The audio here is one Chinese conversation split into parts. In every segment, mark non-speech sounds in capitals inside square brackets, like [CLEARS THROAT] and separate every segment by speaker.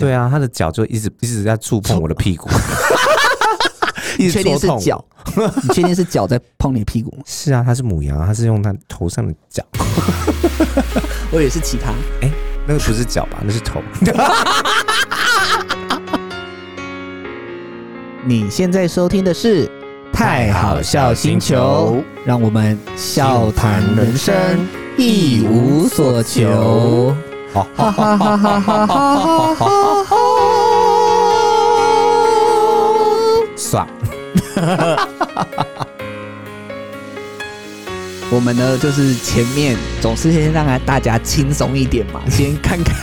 Speaker 1: 对啊，他的脚就一直一直在触碰我的
Speaker 2: [LAUGHS]
Speaker 1: 屁股，一
Speaker 2: 你
Speaker 1: 直
Speaker 2: 确定
Speaker 1: 戳
Speaker 2: 是
Speaker 1: 痛我。
Speaker 2: 脚？你确定是脚在碰你屁股吗？
Speaker 1: 是啊，他是母羊，他是用他头上的角，
Speaker 2: 我以为是其他。
Speaker 1: 哎、那个不是脚吧，那是头。
Speaker 2: 你现在收听的是《太好笑星球》，让我们笑谈人生，一无所求。
Speaker 1: 好
Speaker 2: 哈哈哈哈哈哈哈哈！
Speaker 1: 爽，
Speaker 2: 我们呢，就是前面总是先让大家轻松一点嘛，先看看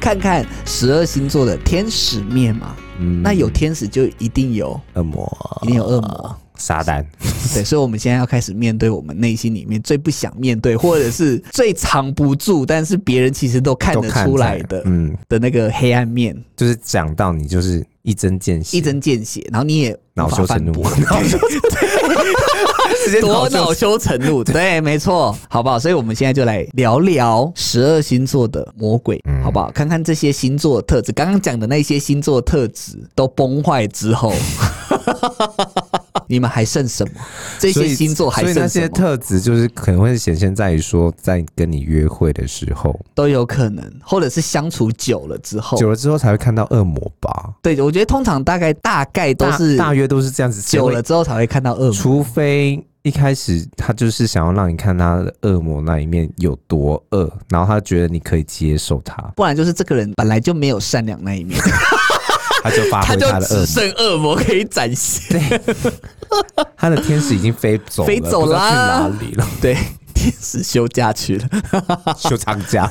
Speaker 2: 看看十二星座的天使面嘛。
Speaker 1: 嗯
Speaker 2: 那有天使就一定有，
Speaker 1: 恶魔，
Speaker 2: 一定有恶魔。
Speaker 1: 撒旦，
Speaker 2: 对，所以我们现在要开始面对我们内心里面最不想面对，或者是最藏不住，但是别人其实都看
Speaker 1: 都
Speaker 2: 得
Speaker 1: 看
Speaker 2: 出
Speaker 1: 在
Speaker 2: 来的
Speaker 1: 嗯，
Speaker 2: 的那个黑暗面，
Speaker 1: 就是讲到你就是一针见血，
Speaker 2: 一针见血，然后你也无
Speaker 1: 恼
Speaker 2: 法
Speaker 1: 羞成
Speaker 2: 反
Speaker 1: 怒，
Speaker 2: 驳，
Speaker 1: [LAUGHS] 恼羞成怒，直接
Speaker 2: [LAUGHS] 多恼
Speaker 1: 羞
Speaker 2: 羞成怒，对，没错，好不好？所以我们现在就来聊聊十二星座的魔鬼，
Speaker 1: 嗯
Speaker 2: 好不好？看看这些星座的特质，刚刚讲的那些星座特质都崩坏
Speaker 1: [LAUGHS]
Speaker 2: 之后。你们还剩什么？这
Speaker 1: 所
Speaker 2: 些
Speaker 1: 以
Speaker 2: 星座还
Speaker 1: 所以那
Speaker 2: 剩什
Speaker 1: 些
Speaker 2: 么？
Speaker 1: 特质就是可能会显现在于说，在跟你约会的时候，
Speaker 2: 都有可能，或者是相处久了之后，
Speaker 1: 久了之后才会看到恶魔吧。
Speaker 2: 对，我觉得通常大概大概都
Speaker 1: 大
Speaker 2: 是
Speaker 1: 大约都是这样子，
Speaker 2: 久了，之后才会看到恶魔。
Speaker 1: 除非一开始他就是想要让你看他的恶魔那一面有多恶，然后他觉得你可以接受
Speaker 2: [LAUGHS]
Speaker 1: 他，
Speaker 2: 不然就是这个人本来就没有善良那一面，
Speaker 1: 他就发
Speaker 2: 他
Speaker 1: 挥
Speaker 2: 就
Speaker 1: 他的恶
Speaker 2: 只，剩恶魔可以展现。 [LAUGHS]
Speaker 1: 他的天使已经飞走了，
Speaker 2: 飞走啊
Speaker 1: 不知道去
Speaker 2: 啦
Speaker 1: 哪里了？
Speaker 2: [LAUGHS] 对，天使休假去了。
Speaker 1: 休长假，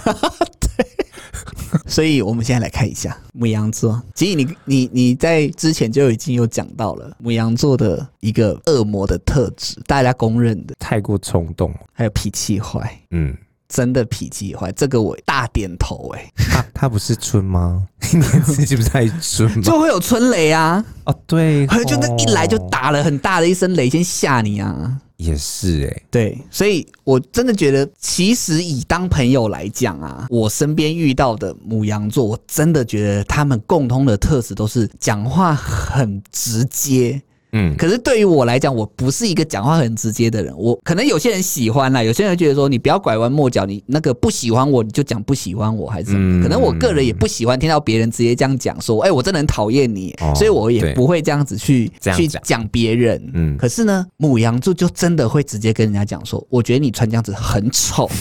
Speaker 2: 所以我们现在来看一下母羊座。其实你你你在之前就已经有讲到了母羊座的一个恶魔的特质，大家公认的，
Speaker 1: 太过冲动，
Speaker 2: 还有脾气坏， [LAUGHS]
Speaker 1: 嗯。
Speaker 2: 真的脾气坏，这个我大点头哎、
Speaker 1: 他他不是春吗？你自己不是在春吗？
Speaker 2: [LAUGHS] [LAUGHS] 就会有春雷啊。
Speaker 1: 哦，对
Speaker 2: 可能就那
Speaker 1: 哦
Speaker 2: 一来就打了很大的一声雷，先吓你啊。
Speaker 1: 也是哎、
Speaker 2: 对，所以我真的觉得，其实以当朋友来讲啊，我身边遇到的母羊座，我真的觉得他们共通的特质都是讲话很直接。
Speaker 1: 嗯，
Speaker 2: 可是对于我来讲，我不是一个讲话很直接的人。我可能有些人喜欢啦，有些人觉得说你不要拐弯抹角，你那个不喜欢我你就讲不喜欢我还是什么。
Speaker 1: 嗯
Speaker 2: 可能我个人也不喜欢听到别人直接这样讲说，哎、我真的很讨厌你，
Speaker 1: 哦
Speaker 2: 所以我也
Speaker 1: 对
Speaker 2: 不会这样子去
Speaker 1: 这样
Speaker 2: 去
Speaker 1: 讲
Speaker 2: 讲别人。
Speaker 1: 嗯
Speaker 2: 可是呢，母羊座就真的会直接跟人家讲说，我觉得你穿这样子很丑。 [LAUGHS]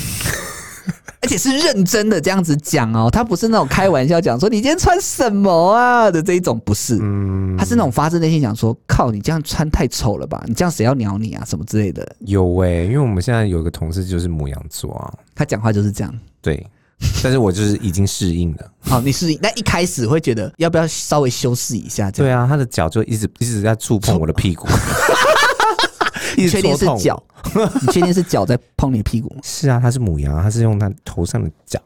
Speaker 2: 而且是认真的这样子讲哦，他不是那种开玩笑讲说你今天穿什么啊的这一种，不是，
Speaker 1: 嗯，
Speaker 2: 他是那种发自内心想说：“靠，你这样穿太丑了吧？你这样谁要鸟你啊？什么之类的。
Speaker 1: 有哎、因为我们现在有个同事就是母羊座啊，”
Speaker 2: 他讲话就是这样。
Speaker 1: 对，但是我就是已经适应了。
Speaker 2: 好，你是那一开始会觉得要不要稍微修饰一下？这
Speaker 1: 对
Speaker 2: 样
Speaker 1: 啊，他的脚就一直一直在触碰我的 [LAUGHS] 屁股，一
Speaker 2: 你
Speaker 1: 直
Speaker 2: 确定
Speaker 1: 戳
Speaker 2: 是
Speaker 1: 痛我
Speaker 2: 脚？你确定是脚在碰你屁股吗？
Speaker 1: 是啊，他是母羊，他是用他头上的角，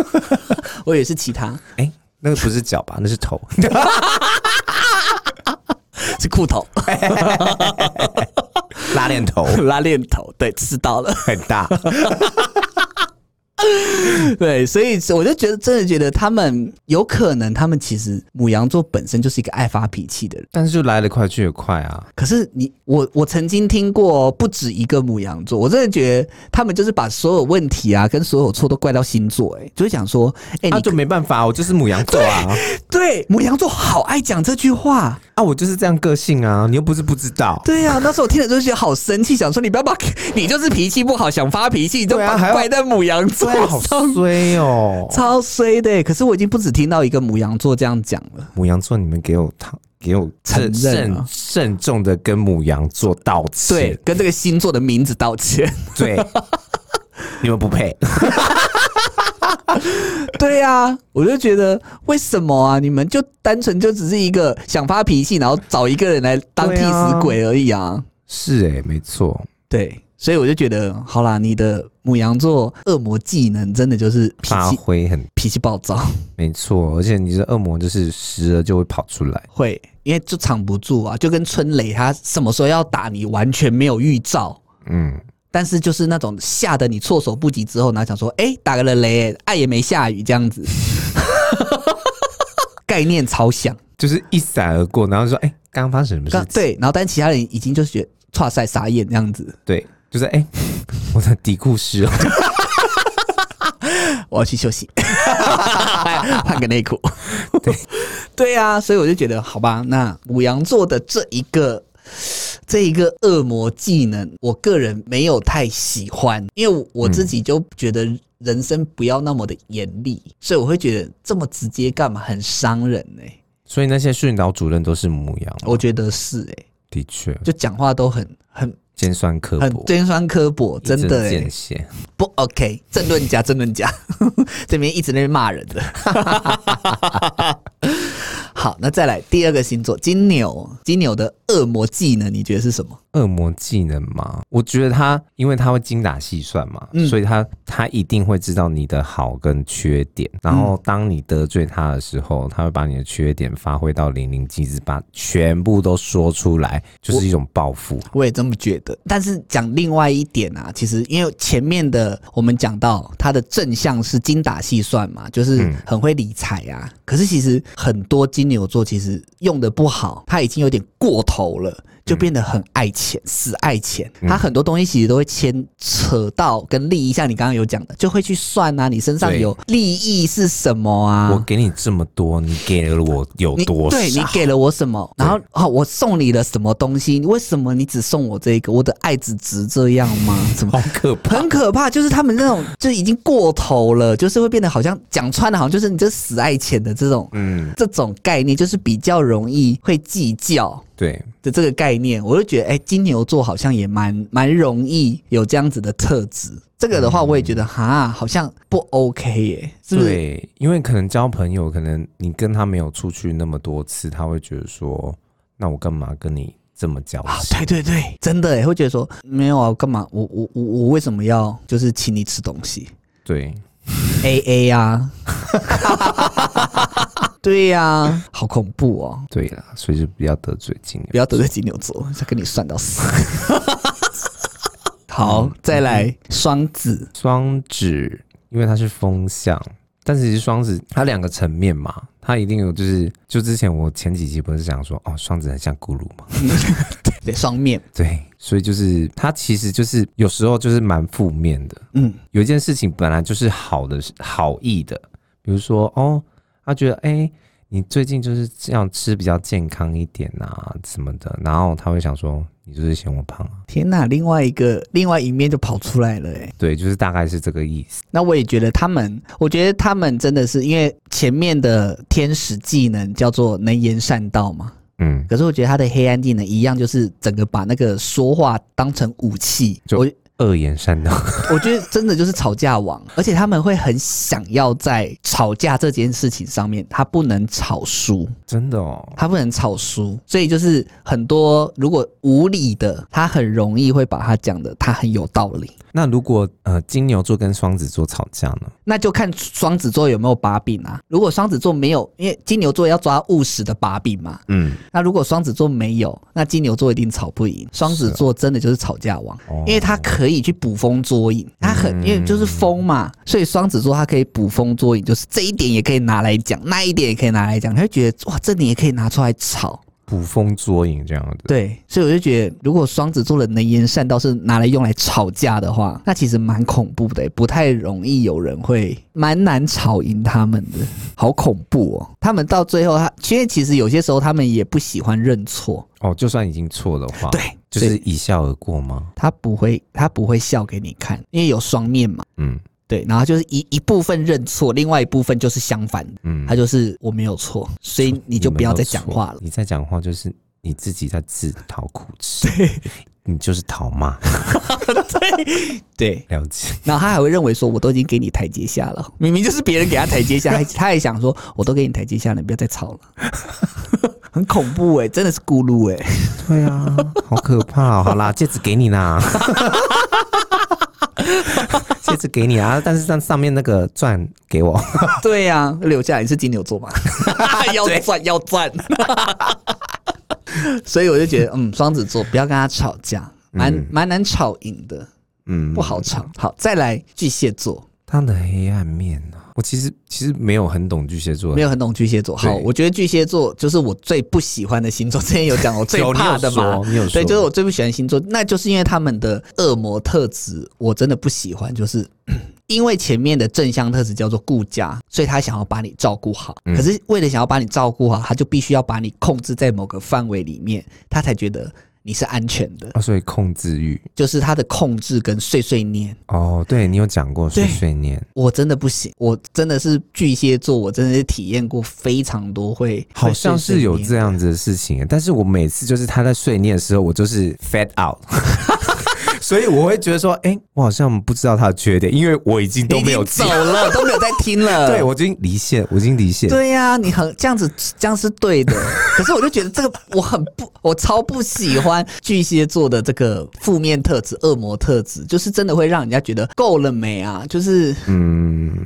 Speaker 2: [LAUGHS] 我以为是其他，
Speaker 1: 哎、那个不是脚吧，那是头。
Speaker 2: 是裤头、
Speaker 1: [LAUGHS] 拉链头
Speaker 2: [LAUGHS] 拉链头。对，知道了。
Speaker 1: 很大，
Speaker 2: [LAUGHS] 对，所以我就觉得，真的觉得他们有可能，他们其实母羊座本身就是一个爱发脾气的人。
Speaker 1: 但是就来得快去得快啊。
Speaker 2: 可是你我我曾经听过不止一个母羊座，我真的觉得他们就是把所有问题啊跟所有错都怪到星座、欸，哎，就是讲说，
Speaker 1: 那、
Speaker 2: 哎、你、
Speaker 1: 啊就没办法，我就是母羊座啊，
Speaker 2: 对母羊座好爱讲这句话，
Speaker 1: 啊，我就是这样个性啊，你又不是不知道。
Speaker 2: 对啊，那时候我听了就觉得好生气，想说你不要把你就是脾气不好，想发脾气，你就
Speaker 1: 对啊
Speaker 2: 把
Speaker 1: 还要
Speaker 2: 怪在母羊座
Speaker 1: 对啊，好
Speaker 2: 上。
Speaker 1: 衰哦！
Speaker 2: 超衰的欸、可是我已经不止听到一个母羊座这样讲了。
Speaker 1: 母羊座，你们给我他给我
Speaker 2: 承
Speaker 1: 慎
Speaker 2: 认啊
Speaker 1: 慎慎重的跟母羊座道歉。
Speaker 2: 对，跟这个星座的名字道歉。
Speaker 1: [LAUGHS] 对，你们不配。
Speaker 2: [LAUGHS] 对啊，我就觉得为什么啊？你们就单纯就只是一个想发脾气，然后找一个人来当替
Speaker 1: 对啊
Speaker 2: 死鬼而已啊。
Speaker 1: 是哎、没错，
Speaker 2: 对，所以我就觉得，好啦，你的母羊座恶魔技能真的就是脾
Speaker 1: 发
Speaker 2: 气
Speaker 1: 挥很
Speaker 2: 脾气暴躁，
Speaker 1: 没错，而且你的恶魔就是时而就会跑出来。
Speaker 2: 会因为就藏不住啊，就跟春雷他什么时候要打你完全没有预兆。
Speaker 1: 嗯，
Speaker 2: 但是就是那种吓得你啊措手不及之后，然后想说，哎、打个了雷、哎也没下雨这样子， [LAUGHS] 概念超像，
Speaker 1: 就是一闪而过，然后说：“哎、刚刚发生什么事
Speaker 2: 刚
Speaker 1: 情？”
Speaker 2: 对，然后但其他人已经就是觉得哇塞傻眼这样子，
Speaker 1: 对，就是哎、 [LAUGHS] 我的底裤湿哦了，
Speaker 2: 我要去休 [LAUGHS] 息，换个内裤。对对啊，所以我就觉得，好吧，那母羊座的这一个。这一个恶魔技能，我个人没有太喜欢，因为我自己就觉得人生不要那么的严厉，所以我会觉得这么直接干嘛，很伤人呢、
Speaker 1: 所以那些训导主任都是母羊，
Speaker 2: 我觉得是哎、
Speaker 1: 的确
Speaker 2: 就讲话都很很
Speaker 1: 尖酸刻
Speaker 2: 很
Speaker 1: 薄，
Speaker 2: 尖酸刻薄，真
Speaker 1: 一
Speaker 2: 的
Speaker 1: 针
Speaker 2: 哎、
Speaker 1: 见血。
Speaker 2: 不 OK，政论家，政论家， [LAUGHS] 这边一直在那边骂人的。 [LAUGHS] 好，那再来第二个星座金牛，金牛的恶魔技能你觉得是什么？
Speaker 1: 恶魔技能嘛，我觉得他，因为他会精打细算嘛，
Speaker 2: 嗯
Speaker 1: 所以他他一定会知道你的好跟缺点，然
Speaker 2: 嗯
Speaker 1: 后当你得罪他的时候，他会把你的缺点发挥到淋漓尽致，把全部都说出来，就是一种报复。
Speaker 2: 我也这么觉得。但是讲另外一点啊，其实因为前面的我们讲到他的正向是精打细算嘛，就是
Speaker 1: 嗯
Speaker 2: 很会理财啊。可是其实很多金牛座其实用的不好，他已经有点过头了。
Speaker 1: 嗯
Speaker 2: 就变得很爱钱，死爱钱。他很多东西其实都会牵扯到跟利益，像你刚刚有讲的，就会去算啊，你身上
Speaker 1: 对
Speaker 2: 有利益是什么啊？
Speaker 1: 我给你这么多，你给了我有
Speaker 2: 你
Speaker 1: 多少？
Speaker 2: 对你给了我什么？然后哦，我送你了什么东西？为什么你只送我这个？我的爱只值这样
Speaker 1: [LAUGHS]
Speaker 2: 吗？什么
Speaker 1: 好？可怕！
Speaker 2: 很可怕，就是他们那种就已经过头了，就是会变得好像讲穿了，好像就是你这死爱钱的这种、
Speaker 1: 嗯，
Speaker 2: 这种概念，就是比较容易会计较
Speaker 1: 对，
Speaker 2: 的这个概念，我就觉得哎、金牛座好像也蛮蛮容易有这样子的特质。这个的
Speaker 1: 嗯
Speaker 2: 话，我也觉得哈，好像不 OK 耶、是不是？
Speaker 1: 对，因为可能交朋友，可能你跟他没有出去那么多次，他会觉得说，那我干嘛跟你这么交
Speaker 2: 啊，
Speaker 1: 心？
Speaker 2: 对对对，真的哎，会觉得说没有啊，干嘛？我我我我为什么要就是请你吃东西
Speaker 1: 对，
Speaker 2: ？A A 啊，对呀、好恐怖哦！
Speaker 1: 对啦，所以就不要得罪金牛。
Speaker 2: 不要得罪金牛座，再跟你算到死。好，再来双子，
Speaker 1: 双子，因为它是风象，但其实双子它两个层面嘛，它一定有就是，就之前我前几集不是讲说，哦，双子很像咕噜嘛， [LAUGHS]
Speaker 2: 对双面，
Speaker 1: 对，所以就是它其实就是有时候就是蛮负面的，
Speaker 2: 嗯，
Speaker 1: 有一件事情本来就是好的好意的，比如说哦，他觉得哎、你最近就是这样吃比较健康一点啊什么的，然后他会想说你就是嫌我胖啊，
Speaker 2: 天哪，另外一个另外一面就跑出来了哎。
Speaker 1: 对，就是大概是这个意思。
Speaker 2: 那我也觉得他们，我觉得他们真的是因为前面的天使技能叫做能言善道嘛，
Speaker 1: 嗯，
Speaker 2: 可是我觉得他的黑暗技能一样，就是整个把那个说话当成武器。
Speaker 1: 就
Speaker 2: 我
Speaker 1: 恶言善道，
Speaker 2: 我觉得真的就是吵架王，而且他们会很想要在吵架这件事情上面，他不能吵输，
Speaker 1: [LAUGHS] 真的哦，
Speaker 2: 他不能吵输，所以就是很多如果无理的，他很容易会把他讲的他很有道理。
Speaker 1: 那如果呃金牛座跟双子座吵架呢？
Speaker 2: 那就看双子座有没有把柄啊。如果双子座没有，因为金牛座要抓务实的把柄嘛。
Speaker 1: 嗯，
Speaker 2: 那如果双子座没有，那金牛座一定吵不赢。双子座真的就是吵架王，
Speaker 1: 哦
Speaker 2: 因为他可以去捕风捉影，他很、因为就是风嘛，所以双子座他可以捕风捉影，就是这一点也可以拿来讲，那一点也可以拿来讲，他会觉得哇，这点也可以拿出来吵。
Speaker 1: 捕风捉影这样子，
Speaker 2: 对，所以我就觉得，如果双子座的能言善道是拿来用来吵架的话，那其实蛮恐怖的，欸不太容易有人会，蛮难吵赢他们的，好恐怖哦！他们到最后他，因为其实有些时候他们也不喜欢认错，
Speaker 1: 哦，就算已经错的话，
Speaker 2: 对，
Speaker 1: 就
Speaker 2: 所
Speaker 1: 是
Speaker 2: 以
Speaker 1: 一笑而过吗？
Speaker 2: 他不会，他不会笑给你看，因为有双面嘛。
Speaker 1: 嗯
Speaker 2: 对，然后就是一一部分认错，另外一部分就是相反的，
Speaker 1: 嗯，
Speaker 2: 他就是我没有错，所以你就不要再讲话了。
Speaker 1: 你再讲话就是你自己在自讨苦吃，你就是讨骂。 [LAUGHS]
Speaker 2: 对，
Speaker 1: 了解，
Speaker 2: 然后他还会认为说，我都已经给你台阶下了，明明就是别人给他台阶下，还他也想说，我都给你台阶下了，你不要再吵了，很恐怖哎、真的是咕噜哎、
Speaker 1: 对啊，好可怕、哦。好啦，戒指给你
Speaker 2: [LAUGHS]
Speaker 1: 啦， [LAUGHS] 戒指给你啊，但是上上面那个钻给我。
Speaker 2: 对啊呀、留下来你是金牛座嘛，要赚要赚， [LAUGHS] 所以我就觉得，嗯，双子座不要跟他吵架，蛮蛮难吵赢的，
Speaker 1: 嗯
Speaker 2: 不，好吵。好，再来巨蟹座，
Speaker 1: 他的黑暗面啊，我其实其实没有很懂巨蟹座，
Speaker 2: 没有很懂巨蟹座。好，
Speaker 1: 对
Speaker 2: 我觉得巨蟹座就是我最不喜欢的星座。之前有
Speaker 1: [LAUGHS]
Speaker 2: 讲我最
Speaker 1: 有
Speaker 2: 怕的嘛，，
Speaker 1: 你有说你有说
Speaker 2: 对，就是我最不喜欢的星座，那就是因为他们的恶魔特质，我真的不喜欢。就是 [CLEARS THROAT] 因为前面的正向特质叫做顾家，所以他想要把你照顾好。
Speaker 1: 嗯
Speaker 2: 可是为了想要把你照顾好，他就必须要把你控制在某个范围里面，他才觉得你是安全的。
Speaker 1: 啊，所以控制欲
Speaker 2: 就是他的控制跟碎碎念，
Speaker 1: 哦，对你有讲过碎
Speaker 2: 对
Speaker 1: 碎念，
Speaker 2: 我真的不行。我真的是巨蟹座，我真的是体验过非常多会，
Speaker 1: 好像是有
Speaker 2: 会碎碎
Speaker 1: 这
Speaker 2: 念
Speaker 1: 样子的事情，但是我每次就是他在碎念的时候，我就是 fed
Speaker 2: [LAUGHS]
Speaker 1: out，所以我会觉得说，哎、我好像不知道他的缺点，因为我已 [LAUGHS] 经都没有
Speaker 2: 你已
Speaker 1: 记
Speaker 2: 经
Speaker 1: [LAUGHS]
Speaker 2: 走，了，都没有在听了。
Speaker 1: 对我已经离线，我已经离线，
Speaker 2: 对呀、你很这样子，这样是对
Speaker 1: [LAUGHS]
Speaker 2: 的。可是我就觉得这个我很不，我超不喜欢巨蟹座的这个负面特质、恶魔特质，就是真的会让人家觉得够了没啊？就是
Speaker 1: 嗯，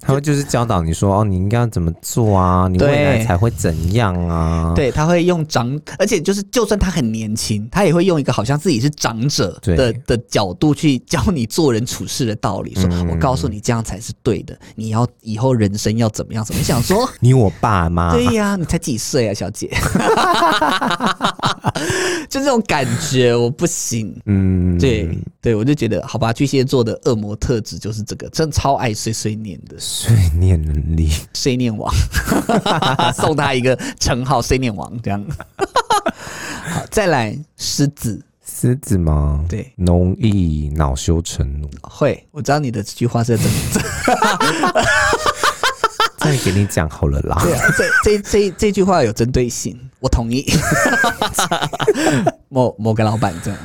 Speaker 1: 他会就是教导你说，哦，你应该要怎么做啊，你
Speaker 2: 对
Speaker 1: 未来才会怎样啊，
Speaker 2: 对他会用长，而且就是就算他很年轻，他也会用一个好像自己是长者
Speaker 1: 对
Speaker 2: 的的角度去教你做人处事的道理，说、
Speaker 1: 嗯
Speaker 2: 我告诉你这样才是对的，你要以后人生要怎么样怎么样。想说。
Speaker 1: 你我爸妈，
Speaker 2: 对呀、你才几岁啊，小姐？ [LAUGHS] 就这种感觉，我不行。
Speaker 1: 嗯，
Speaker 2: 对、对，我就觉得好吧，巨蟹座的恶魔特质就是这个，真的超爱碎碎念的
Speaker 1: 碎念能力，
Speaker 2: 碎念王， [LAUGHS] 送他一个称号“碎念王”这样。 [LAUGHS] 好，再来狮子，
Speaker 1: 狮子吗？
Speaker 2: 对，
Speaker 1: 容易恼羞成怒。
Speaker 2: 会，我知道你的这句话是真的。
Speaker 1: 再给你讲好了啦。
Speaker 2: 对啊，这这这这句话有针对性，我同意。某某个老板这样。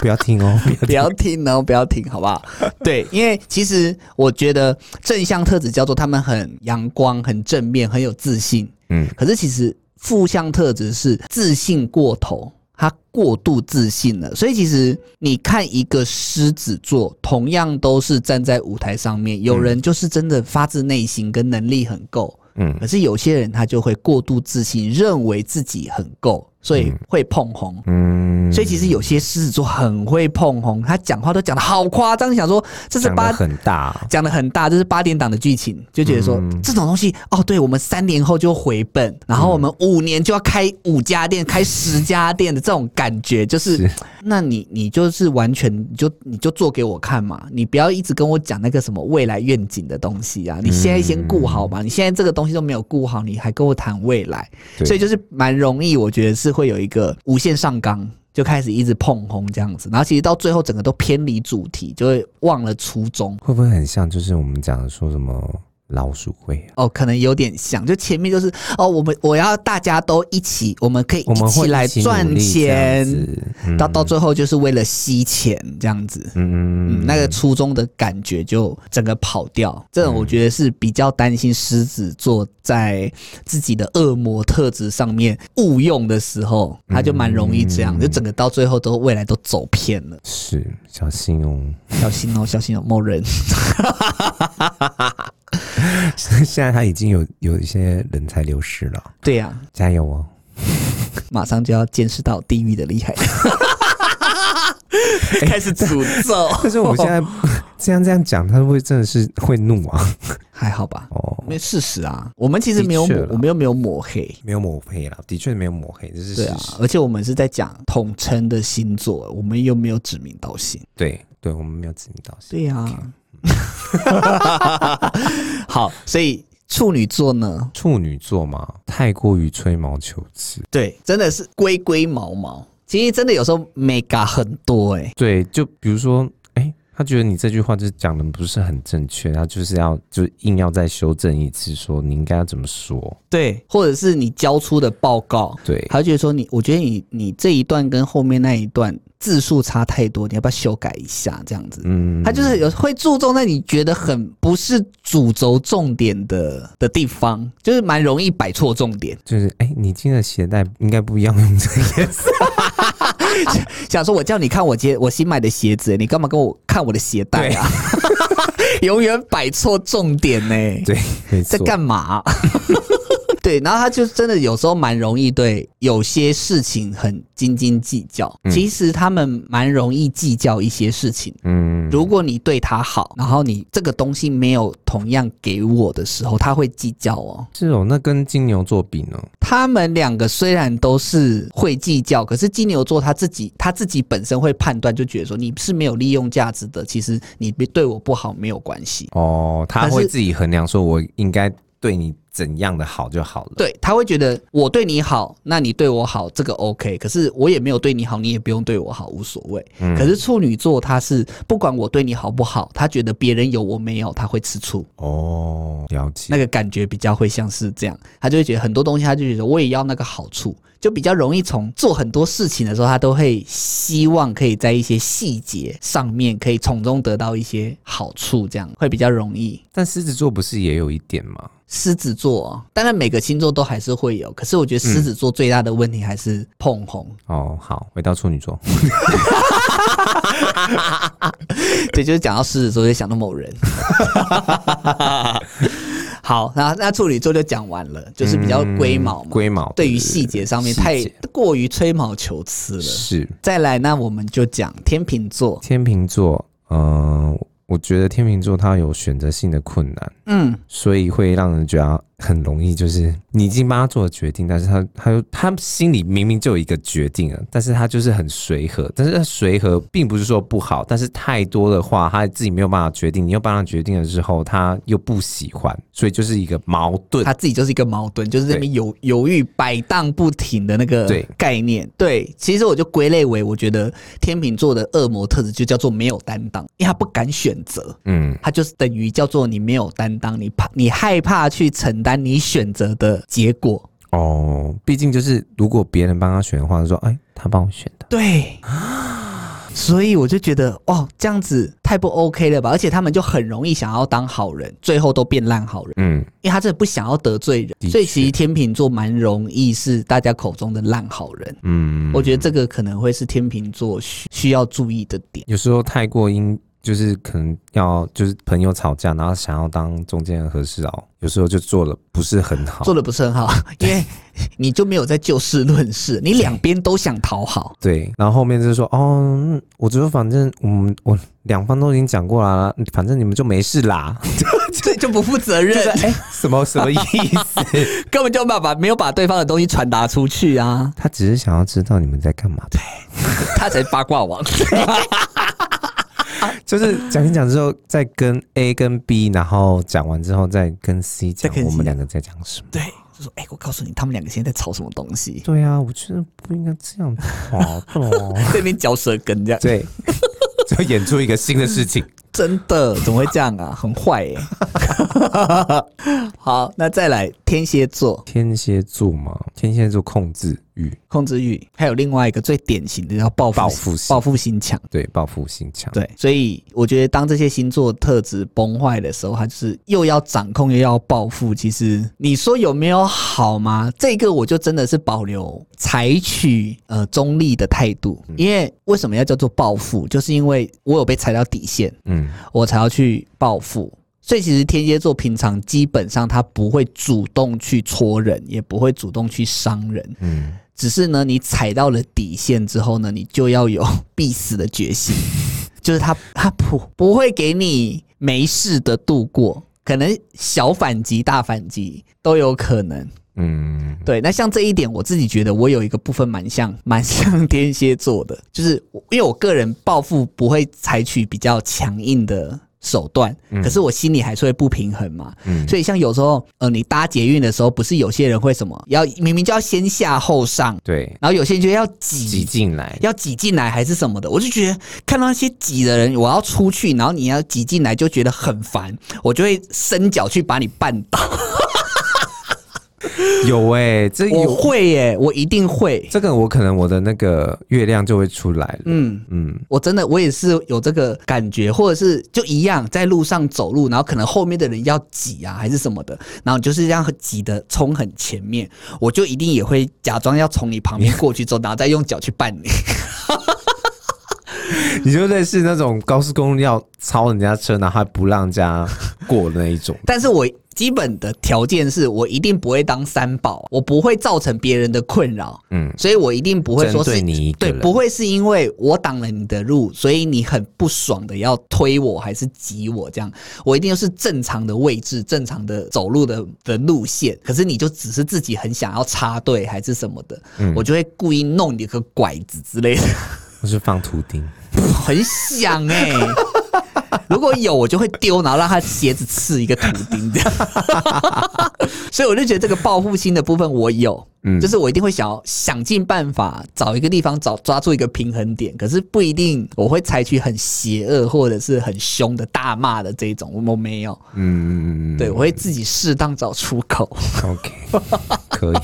Speaker 1: 不要听
Speaker 2: [LAUGHS]
Speaker 1: 哦，不要
Speaker 2: 不要听哦，不要听，好
Speaker 1: [LAUGHS]
Speaker 2: 不好？对，因为其实我觉得正向特质叫做他们很阳光、很正面、很有自信。
Speaker 1: 嗯，
Speaker 2: 可是其实负向特质是自信过头，他过度自信了。所以其实你看一个狮子座，同样都是站在舞台上面，有人就是真的发自内心跟能力很够，
Speaker 1: 嗯
Speaker 2: 可是有些人他就会过度自信，认为自己很够，所以会碰红。
Speaker 1: 嗯，
Speaker 2: 所以其实有些狮子座很会碰红，他讲话都讲的好夸张，想说这是
Speaker 1: 讲
Speaker 2: 八
Speaker 1: 的很大，
Speaker 2: 讲的很大，这是八点档的剧情，就觉得说、
Speaker 1: 嗯
Speaker 2: 这种东西哦，对我们三年后就回本，然后我们五年就要开五家店、开十家店的这种感觉，就是
Speaker 1: 是
Speaker 2: 那你你就是完全你就你就做给我看嘛，你不要一直跟我讲那个什么未来愿景的东西啊，你现在先顾好
Speaker 1: 嗯
Speaker 2: 嘛，你现在这个东西都没有顾好，你还跟我谈未来，
Speaker 1: 对
Speaker 2: 所以就是蛮容易，我觉得是会有一个无限上纲。就开始一直碰红这样子，然后其实到最后整个都偏离主题，就会忘了初衷。
Speaker 1: 会不会很像就是我们讲的说什么老鼠会啊？
Speaker 2: 哦，可能有点像，就前面就是哦，我们我要大家都一起，我们可以
Speaker 1: 我们
Speaker 2: 起
Speaker 1: 会
Speaker 2: 来
Speaker 1: 起
Speaker 2: 赚
Speaker 1: 努力这样
Speaker 2: 钱，
Speaker 1: 子，嗯
Speaker 2: 到到最后就是为了吸钱这样子。
Speaker 1: 嗯
Speaker 2: 嗯，那个初衷的感觉就整个跑掉，这种我觉得是比较担心狮子座在自己的恶魔特质上面误用的时候，他就蛮容易这样，
Speaker 1: 嗯
Speaker 2: 就整个到最后都未来都走偏
Speaker 1: [LAUGHS]
Speaker 2: 了。
Speaker 1: 是小心哦。 [LAUGHS]
Speaker 2: 小心哦，小心哦，某人。
Speaker 1: 现在他已经有有一些人才流失了，
Speaker 2: 对啊呀、
Speaker 1: 加油
Speaker 2: [LAUGHS]
Speaker 1: 哦！
Speaker 2: 马上就要见识到地狱的厉害。开始诅 [LAUGHS] 咒，
Speaker 1: 但是我 [LAUGHS] 现在这样这样讲，他会不会真的是会怒啊？
Speaker 2: 还好吧？
Speaker 1: 哦，
Speaker 2: 没事实啊，我们其实没有
Speaker 1: 的
Speaker 2: 抹
Speaker 1: 确啦，
Speaker 2: 我们又没有抹黑，
Speaker 1: 没有抹黑啦，的确没有抹黑，这是
Speaker 2: 对
Speaker 1: 事
Speaker 2: 啊
Speaker 1: 实。，
Speaker 2: 而且我们是在讲统称的星座，我们又没有指名道姓，
Speaker 1: 对对，我们没有指名道姓。
Speaker 2: 对啊。好，所以处女座呢，
Speaker 1: 处女座嘛，太过于吹毛求疵，
Speaker 2: 对，真的是龟龟毛毛，其实真的有时候 mega 很多哎、
Speaker 1: 对，就比如说，哎、他觉得你这句话就是讲的不是很正确，他就是要就硬要再修正一次，说你应该要怎么说。
Speaker 2: 对，或者是你交出的报告，
Speaker 1: 对，
Speaker 2: 他觉得说你，我觉得你你这一段跟后面那一段字数差太多，你要不要修改一下？这样子，
Speaker 1: 嗯，
Speaker 2: 他就是有会注重在你觉得很不是主轴重点的的地方，就是蛮容易摆错重点。
Speaker 1: 就是，哎、你今天的鞋带应该不一样，用这
Speaker 2: [LAUGHS]
Speaker 1: 个颜色。
Speaker 2: 想说我叫你看我接我新买的鞋子，你干嘛跟我看我的鞋带啊？ [LAUGHS] 永远摆错重点呢、
Speaker 1: 对，没错
Speaker 2: 在。干嘛？ [LAUGHS] 对，然后他就真的有时候蛮容易对有些事情很斤斤计较。其实他们蛮容易计较一些事情。
Speaker 1: 嗯，
Speaker 2: 如果你对他好，然后你这个东西没有同样给我的时候，他会计较哦。
Speaker 1: 是哦，那跟金牛座比呢？
Speaker 2: 他们两个虽然都是会计较，可是金牛座他自己他自己本身会判断，就觉得说你是没有利用价值的，其实你对我不好没有关系。
Speaker 1: 哦，他
Speaker 2: 还是
Speaker 1: 会自己衡量，说我应该对你怎样的好就好了。
Speaker 2: 对他会觉得我对你好，那你对我好，这个 OK。可是我也没有对你好，你也不用对我好，无所谓。
Speaker 1: 嗯
Speaker 2: 可是处女座他是不管我对你好不好，他觉得别人有我没有，他会吃醋，
Speaker 1: 哦，了解。
Speaker 2: 那个感觉比较会像是这样，他就会觉得很多东西，他就觉得我也要那个好处，就比较容易从做很多事情的时候，他都会希望可以在一些细节上面可以从中得到一些好处，这样会比较容易。
Speaker 1: 但狮子座不是也有一点吗？
Speaker 2: 狮子座、哦，当然每个星座都还是会有，可是我觉得狮子座最大的问题还是碰红，
Speaker 1: 哦，好，回到处女座。
Speaker 2: 对，就是讲到狮子座就想到
Speaker 1: [LAUGHS]
Speaker 2: 某人。好，那那处女座就讲完了，就是比较嗯龟毛嘛，
Speaker 1: 嗯龟毛。
Speaker 2: 对于细节上面太
Speaker 1: 细节
Speaker 2: 过于吹毛求疵了。
Speaker 1: 是
Speaker 2: 再来，那我们就讲天秤座，
Speaker 1: 天秤座，嗯、我觉得天秤座他有选择性的困难，
Speaker 2: 嗯，
Speaker 1: 所以会让人觉得很容易，就是你已经帮他做了决定，但是他他又他心里明明就有一个决定了，但是他就是很随和，但是他随和并不是说不好，但是太多的话他自己没有办法决定，你又帮他决定了之后，他又不喜欢，所以就是一个矛盾
Speaker 2: 他。自己就是一个矛盾，就是在那边犹犹豫、摆荡不停的那个
Speaker 1: 对
Speaker 2: 概念。对，其实我就归类为，我觉得天秤座的恶魔特质就叫做没有担当，因为他不敢选择。
Speaker 1: 嗯，
Speaker 2: 它就是等于叫做你没有担当，你怕你害怕去承担你选择的结果。
Speaker 1: 哦，毕竟就是如果别人帮他选的话，就说哎，他帮我选的。
Speaker 2: 对，所以我就觉得哇，这样子太不 OK 了吧？而且他们就很容易想要当好人，最后都变烂好人，
Speaker 1: 嗯，
Speaker 2: 因为他真的不想要得罪
Speaker 1: 的
Speaker 2: 人，所以
Speaker 1: 确
Speaker 2: 其实天秤座蛮容易是大家口中的烂好人。
Speaker 1: 嗯，
Speaker 2: 我觉得这个可能会是天秤座需需要注意的点。
Speaker 1: 有时候太过因，就是可能要就是朋友吵架，然后想要当中间的和事佬，有时候就做了不是很好。
Speaker 2: 做的不是很
Speaker 1: [LAUGHS]
Speaker 2: 好，因为你就没有在就事论事，你两边都想
Speaker 1: [LAUGHS]
Speaker 2: 讨好。
Speaker 1: 对，然后后面就是说，哦，嗯我觉得反正我们 [LAUGHS] 我两方都已经讲过啦，反正你们就没事啦，
Speaker 2: 对，就不负责任，
Speaker 1: [LAUGHS] 什么什么意思？
Speaker 2: 根本就没有把没有把对方的东西传达出
Speaker 1: [LAUGHS]
Speaker 2: 去啊，
Speaker 1: [LAUGHS] 他只是想要知道你们在干嘛，对，
Speaker 2: 他才八
Speaker 1: [LAUGHS]
Speaker 2: 卦王。
Speaker 1: 就是讲一讲之后，再跟 A 跟 B，然后讲完之后再跟 C 讲
Speaker 2: 再跟 C
Speaker 1: 我们两个在讲什么。
Speaker 2: 对，就说哎、我告诉你，他们两个现在在吵什么东西，
Speaker 1: 对啊，我觉得不应该这 [LAUGHS] 样吵的。
Speaker 2: 对面嚼舌根这
Speaker 1: [LAUGHS]
Speaker 2: 样，
Speaker 1: 对， [LAUGHS] 就演出一个新的事情。
Speaker 2: 真的怎么会这样
Speaker 1: [LAUGHS]
Speaker 2: 啊？很坏耶、 [LAUGHS] 好，那再来天蝎座
Speaker 1: 天蝎座嘛，天蝎座控制欲，
Speaker 2: 控制欲，还有另外一个最典型的叫报复
Speaker 1: 报复心
Speaker 2: 报复心强。
Speaker 1: 对，报复心强。，
Speaker 2: 对，啊所以我觉得当这些星座特质崩坏的时候，它就是又要掌控又要报复。其实你说有没有好吗？这个我就真的是保留采取呃中立的态度，因为为什么要叫做报复？就是因为我有被踩到底线，
Speaker 1: 嗯，
Speaker 2: 我才要去报复。所以其实天蝎座平常基本上他不会主动去戳人，也不会主动去伤人，
Speaker 1: 嗯，
Speaker 2: 只是呢，你踩到了底线之后呢，你就要有 [LAUGHS] 必死的决心，就是他他不不会给你没事的度过，可能小反击、大反击都有可能。
Speaker 1: 嗯，
Speaker 2: 对，那像这一点，我自己觉得我有一个部分蛮像 [LAUGHS] 蛮像天蝎座的，就是我因为我个人报复不会采取比较强硬的。手段，可是我心里还是会不平衡嘛，
Speaker 1: 嗯
Speaker 2: 所以像有时候，呃，你搭捷运的时候，不是有些人会什么，要明明就要先下后上，
Speaker 1: 对，
Speaker 2: 然后有些人就要
Speaker 1: 挤
Speaker 2: 挤。
Speaker 1: 进来，
Speaker 2: 要挤进来还是什么的，我就觉得看到那些挤的人，我要出去，然后你要挤进来，就觉得很烦，我就会伸脚去把你绊倒。
Speaker 1: 有哎、这
Speaker 2: 我
Speaker 1: 有
Speaker 2: 会耶、我一定会。
Speaker 1: 这个我可能我的那个月亮就会出来了。
Speaker 2: 嗯，
Speaker 1: 嗯，
Speaker 2: 我真的我也是有这个感觉，或者是就一样在路上走路，然后可能后面的人要挤啊还是什么的，然后你就是这样挤的冲很前面，我就一定也会假装要从你旁边过去之后，然后再用脚去绊你。
Speaker 1: 你就类似那种高速公路要超人家车，然后还不让人家 [LAUGHS] 过的那一种。
Speaker 2: 但是我基本的条件是我一定不会当三宝，啊我不会造成别人的困扰，
Speaker 1: 嗯，
Speaker 2: 所以我一定不会说
Speaker 1: 针对
Speaker 2: 是
Speaker 1: 你一个
Speaker 2: 对，
Speaker 1: 人，
Speaker 2: 不会是因为我挡了你的路，所以你很不爽的要推我还是挤我这样，我一定是正常的位置、正常的走路的的路线。可是你就只是自己很想要插队还是什么的，
Speaker 1: 嗯
Speaker 2: 我就会故意弄你个拐子之类的，
Speaker 1: [LAUGHS] 我是放图钉。
Speaker 2: 很想哎、如果有我就会丢，然后让他鞋子刺一个图钉这样。 [LAUGHS] 所以我就觉得这个报复心的部分我有，
Speaker 1: 嗯
Speaker 2: 就是我一定会想要想尽办法找一个地方找抓住一个平衡点，可是不一定我会采取很邪恶或者是很凶的大骂的这一种，我没有，
Speaker 1: 嗯，
Speaker 2: 对我会自己适当找出口。 [LAUGHS]
Speaker 1: ，OK，可以，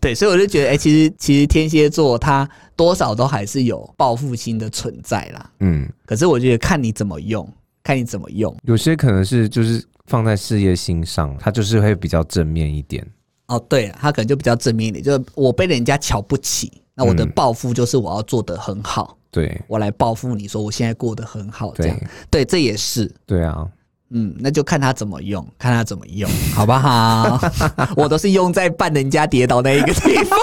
Speaker 2: 对，所以我就觉得，哎、其实其实天蝎座他多少都还是有报复心的存在啦，
Speaker 1: 嗯，
Speaker 2: 可是我觉得看你怎么用，看你怎么用。
Speaker 1: 有些可能是就是放在事业心上，他就是会比较正面一点。
Speaker 2: 哦，对了，他可能就比较正面一点，就是我被人家瞧不起，那我的
Speaker 1: 嗯
Speaker 2: 报复就是我要做得很好，
Speaker 1: 对，
Speaker 2: 我来报复你说我现在过得很好，这样
Speaker 1: 对，
Speaker 2: 对，这也是。
Speaker 1: 对啊，
Speaker 2: 嗯，那就看他怎么用，看他怎么
Speaker 1: [LAUGHS]
Speaker 2: 用，好不好？ [LAUGHS] 我都是用在扮人家跌倒那一个地
Speaker 1: [LAUGHS]
Speaker 2: 方。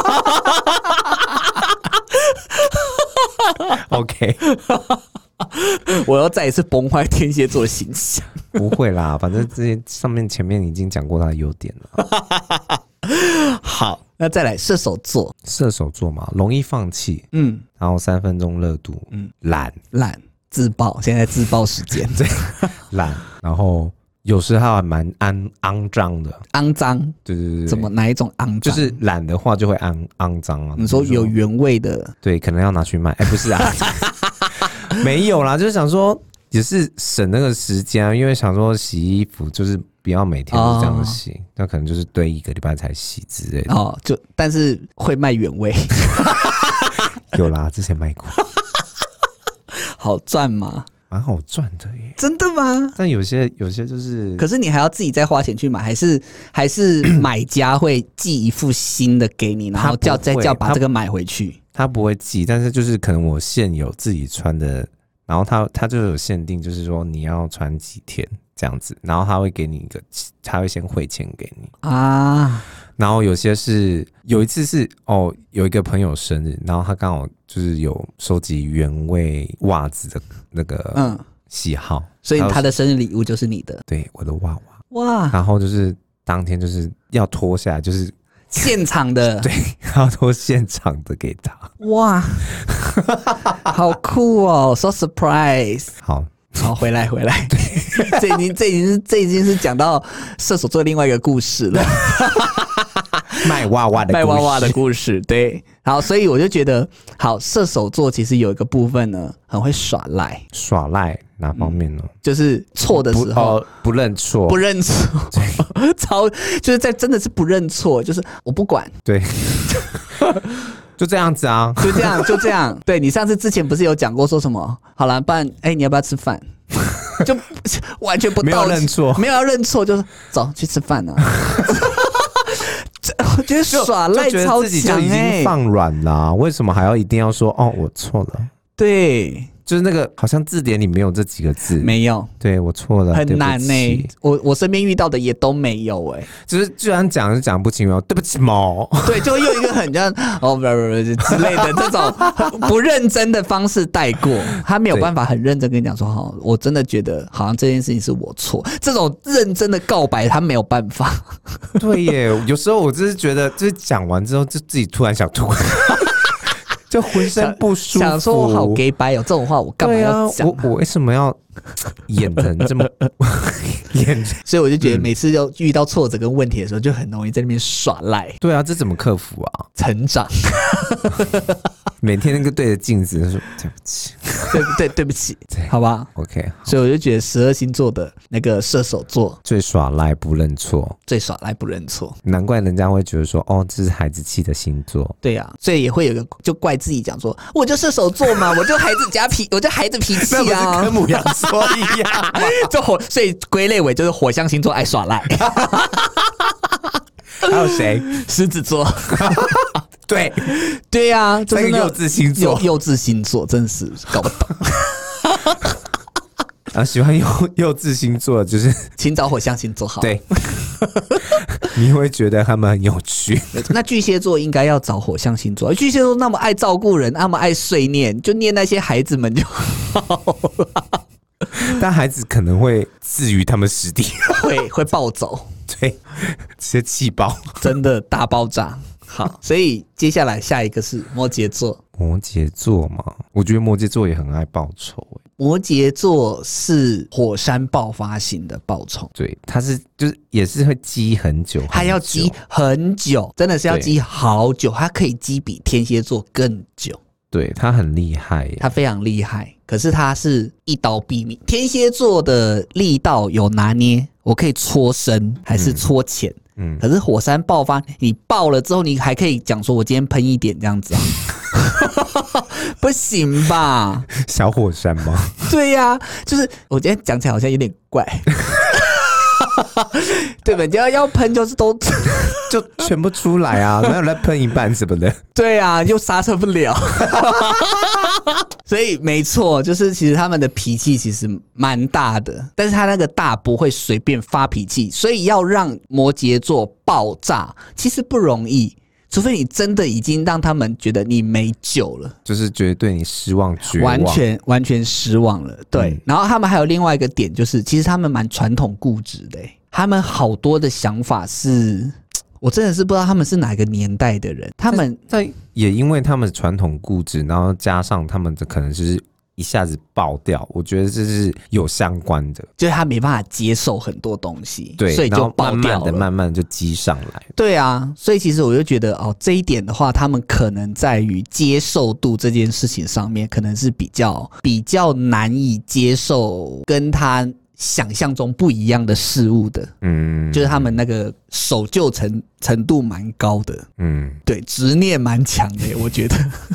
Speaker 1: OK，
Speaker 2: 我要再一次崩坏天蝎座的形象。
Speaker 1: [LAUGHS] 不会啦，反正这些上面前面已经讲过他的优点了。
Speaker 2: 好，那再来射手座，
Speaker 1: 射手座嘛，容易放弃，
Speaker 2: 嗯，
Speaker 1: 然后三分钟热度，
Speaker 2: 嗯
Speaker 1: 嗯，懒
Speaker 2: 懒、自爆，现在自爆时
Speaker 1: [LAUGHS]
Speaker 2: 间，
Speaker 1: 懒，然后有时候还蛮肮肮脏的，
Speaker 2: 肮脏，
Speaker 1: 对对对对，
Speaker 2: 怎么哪一种肮脏？
Speaker 1: 就是懒的话就会肮肮脏啊。
Speaker 2: 你说
Speaker 1: 比如
Speaker 2: 有原味的，
Speaker 1: 对，可能要拿去卖，哎、不是啊，没有啦，就是想说也是省那个时间、啊，因为想说洗衣服就是不要每天都这样洗，那可能就是堆一个礼拜才洗之类的。
Speaker 2: 哦，就但是会卖原味， [LAUGHS]
Speaker 1: 有啦，之前卖过，
Speaker 2: 好赚吗？
Speaker 1: 蛮好赚的耶。
Speaker 2: 真的吗？
Speaker 1: 但有些有些就是
Speaker 2: 可是你还要自己再花钱去买，还是还是买家会寄一副新的给你，然后叫
Speaker 1: 他不
Speaker 2: 再
Speaker 1: 会
Speaker 2: 叫把
Speaker 1: 他
Speaker 2: 这个买回去？
Speaker 1: 他不会寄，但是就是可能我现有自己穿的，然后他他就有限定，就是说你要穿几天这样子，然后他会给你一个，他会先汇钱给你。
Speaker 2: 啊，
Speaker 1: 然后有些是有一次是哦，有一个朋友生日，然后他刚好就是有收集原味袜子的那个
Speaker 2: 嗯，
Speaker 1: 喜好，
Speaker 2: 所以
Speaker 1: 还有
Speaker 2: 他的生日礼物就是你的
Speaker 1: 对我的袜袜，
Speaker 2: 哇，
Speaker 1: 然后就是当天就是要脱下来，就是
Speaker 2: 现场的
Speaker 1: 对要脱现场的给他。 [LAUGHS]
Speaker 2: 哇，好酷哦，so surprise！
Speaker 1: 好，
Speaker 2: 好，回来回来， [LAUGHS] 这已经这已经是这已经是讲到射手座另外一个故事了。
Speaker 1: 卖袜袜的
Speaker 2: [LAUGHS] 卖娃娃
Speaker 1: 故
Speaker 2: 的
Speaker 1: 事
Speaker 2: 故事，对。好，所以我就觉得，好，射手座其实有一个部分呢，很会耍赖，
Speaker 1: 耍赖哪方面呢？
Speaker 2: 就是错嗯的
Speaker 1: 不
Speaker 2: 时候
Speaker 1: 哦不认错，
Speaker 2: 不认错， [LAUGHS] 超就是在真的是不认错，就是我不管，
Speaker 1: [LAUGHS] 对， [LAUGHS] 就这样子啊。
Speaker 2: 就这样，就这样。对你上次之前不是有讲过说什么？好了，不然哎、你要不要吃饭？就完全不
Speaker 1: 没有
Speaker 2: 道歉
Speaker 1: 认错
Speaker 2: [LAUGHS] 没有要认错，就是走去吃 [LAUGHS] 饭啊。这我觉得耍赖
Speaker 1: 就觉
Speaker 2: 超
Speaker 1: 得自己就
Speaker 2: 强
Speaker 1: 已
Speaker 2: 哎、
Speaker 1: 经放软啦、为什么还要一定要说哦我错了？
Speaker 2: 对，
Speaker 1: 就是那个好像字典里没有这几个字，
Speaker 2: 没有。
Speaker 1: 对我错了，
Speaker 2: 很难呢、
Speaker 1: 呢、
Speaker 2: 我我身边遇到的也都没有哎、
Speaker 1: 就是居然讲是讲不清哦，对不起毛，
Speaker 2: 对，就用一个很像哦不不不之类的这种很不认真的方式带过，他没有
Speaker 1: 对
Speaker 2: 办法很认真跟你讲说，好，我真的觉得好像这件事情是我错，这种认真的告白他没有办法，
Speaker 1: 对耶，
Speaker 2: [LAUGHS]
Speaker 1: 有时候我真是觉得，就是讲完之后就自己突然想吐， [LAUGHS] 就浑身不舒服，
Speaker 2: 想说我好 gay 白哦，这种话我干嘛
Speaker 1: 对啊
Speaker 2: 要，讲、
Speaker 1: 我我为什么要演成这
Speaker 2: [LAUGHS]
Speaker 1: 么演？
Speaker 2: 所以我就
Speaker 1: 嗯
Speaker 2: 觉得每次要遇到挫折跟问题的时候，就很容易在那边耍赖
Speaker 1: 对啊，这怎么克服啊？
Speaker 2: 成长。 [LAUGHS]
Speaker 1: 每天那个对着镜子说对不起
Speaker 2: 对对对不起，
Speaker 1: 对
Speaker 2: 好吧。
Speaker 1: ，OK，好
Speaker 2: 所以我就觉得十二星座的那个射手座
Speaker 1: 最耍赖不认错，
Speaker 2: 最耍赖不认错。
Speaker 1: 难怪人家会觉得说哦，这是孩子气的星座，
Speaker 2: 对呀、所以也会有一个就怪自己讲说，我就射手座嘛，我就孩子家
Speaker 1: [LAUGHS]
Speaker 2: 脾，我就孩子脾气啊，
Speaker 1: 姆扬说一样。
Speaker 2: [LAUGHS] 就火，所以归类为就是火象星座爱 [LAUGHS] 耍赖，
Speaker 1: [LAUGHS] 还有谁？
Speaker 2: 狮子座，
Speaker 1: 对，
Speaker 2: 对呀、啊，就
Speaker 1: 这
Speaker 2: 是
Speaker 1: 个
Speaker 2: 那
Speaker 1: 幼稚星
Speaker 2: 幼
Speaker 1: 座
Speaker 2: 幼稚星座，真的是搞不懂。
Speaker 1: [LAUGHS] 啊，喜欢幼 [LAUGHS] 幼稚星座，就是
Speaker 2: 请找火象星座好。，
Speaker 1: 对， [LAUGHS] 你会觉得他们很有趣。
Speaker 2: 那巨蟹座应该要找火象星座，巨蟹座那么爱照顾人，那么爱碎念，就念那些孩子们就
Speaker 1: 但孩子可能会置于他们实地， [LAUGHS]
Speaker 2: 会会暴走，
Speaker 1: 对，直接气爆。
Speaker 2: 真的大爆炸。好，所以接下来下一个是摩羯座。
Speaker 1: 摩羯座嘛，我觉得摩羯座也很爱报仇、欸，
Speaker 2: 摩羯座是火山爆发型的爆冲，
Speaker 1: 对，他是就是也是会积很久，
Speaker 2: 它要
Speaker 1: 很久
Speaker 2: 积很久，真的是要
Speaker 1: 对
Speaker 2: 积好久，它可以积比天蝎座更久，
Speaker 1: 对他很厉害、欸耶，
Speaker 2: 它非常厉害。可是它是一刀毙命，天蝎座的力道有拿捏，我可以戳深还是戳浅，
Speaker 1: 嗯，
Speaker 2: 可是火山爆发，你爆了之后，你还可以讲说我今天喷一点这样
Speaker 1: [LAUGHS]
Speaker 2: 子啊。 [LAUGHS] 不行吧？
Speaker 1: 小火山吗？ [LAUGHS]
Speaker 2: [LAUGHS] 对呀、就是我今天讲起来好像有点怪， [LAUGHS] 对吧？你要要喷就是都 [LAUGHS]
Speaker 1: 就全部出来啊，没有在喷一半什么的，
Speaker 2: 对啊，又刹车不了。 [LAUGHS] 所以没错，就是其实他们的脾气其实蛮大的，但是他那个大不会随便发脾气，所以要让摩羯座爆炸其实不容易，除非你真的已经让他们觉得你没救了。
Speaker 1: 就是觉得对你失望绝望，啊
Speaker 2: 完全完全失望了，对。
Speaker 1: 嗯
Speaker 2: 然后他们还有另外一个点，就是其实他们蛮传统固执的欸、他们好多的想法是，我真的是不知道他们是哪个年代的人，他们
Speaker 1: 但也因为他们传统固执，然后加上他们的可能就是一下子爆掉，我觉得这是有相关的，
Speaker 2: 就是他没办法接受很多东西，
Speaker 1: 对，
Speaker 2: 所以
Speaker 1: 然
Speaker 2: 就
Speaker 1: 后
Speaker 2: 爆
Speaker 1: 慢
Speaker 2: 掉
Speaker 1: 慢
Speaker 2: 了。
Speaker 1: 的、慢慢地就积上来，
Speaker 2: 对啊，所以其实我就觉得哦，这一点的话，他们可能在于接受度这件事情上面，可能是比较比较难以接受跟他想象中不一样的事物的，
Speaker 1: 嗯，
Speaker 2: 就是他们那个守旧程程度蛮高的，
Speaker 1: 嗯，
Speaker 2: 对，执念蛮强的，我觉得 [LAUGHS]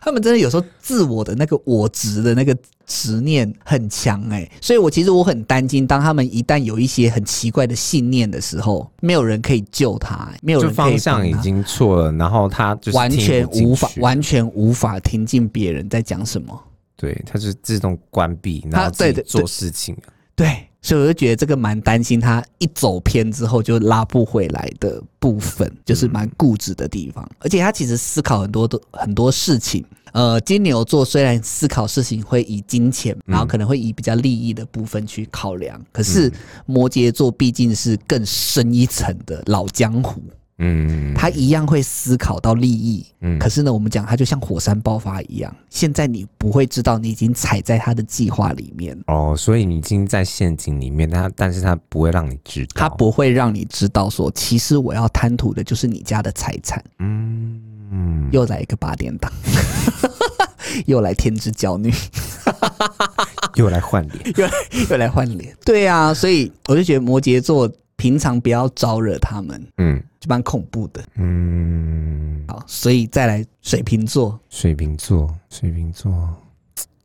Speaker 2: 他们真的有时候自我的那个我执的那个执念很强哎，所以我其实我很担心，当他们一旦有一些很奇怪的信念的时候，没有人可以救他欸，没有
Speaker 1: 就
Speaker 2: 人可以
Speaker 1: 方
Speaker 2: 帮
Speaker 1: 向已
Speaker 2: 他
Speaker 1: 经错了，然后他就是
Speaker 2: 完
Speaker 1: 听
Speaker 2: 全
Speaker 1: 不进
Speaker 2: 无法
Speaker 1: 去
Speaker 2: 完全无法听进别人在讲什么，
Speaker 1: 对，他就是自动关闭，然
Speaker 2: 他
Speaker 1: 后自
Speaker 2: 对
Speaker 1: 己
Speaker 2: 对
Speaker 1: 做
Speaker 2: 对
Speaker 1: 事情，
Speaker 2: 对，所以我就觉得这个蛮担心他一走偏之后就拉不回来的部分，就是蛮固执的地方。而且他其实思考很多的很多事情。呃，金牛座虽然思考事情会以金钱，然后可能会以比较利益的部分去考量，可是摩羯座毕竟是更深一层的老江湖，
Speaker 1: 嗯，
Speaker 2: 他一样会思考到利益。
Speaker 1: 嗯
Speaker 2: 可是呢，我们讲他就像火山爆发一样，现在你不会知道你已经踩在他的计划里面了。
Speaker 1: 哦，所以你已经在陷阱里面，他但是他不会让你知道，
Speaker 2: 他，不会让你知道说，其实我要贪图的就是你家的财产。
Speaker 1: 嗯嗯，
Speaker 2: 又来一个八点档， [LAUGHS] 又来天之骄女， [LAUGHS]
Speaker 1: 又来换脸，
Speaker 2: 又来又来换脸。对啊，所以我就觉得摩羯座平常不要招惹他们，
Speaker 1: 嗯
Speaker 2: 就蛮恐怖的。
Speaker 1: 嗯，
Speaker 2: 好，所以再来水瓶座，
Speaker 1: 水瓶座，水瓶座，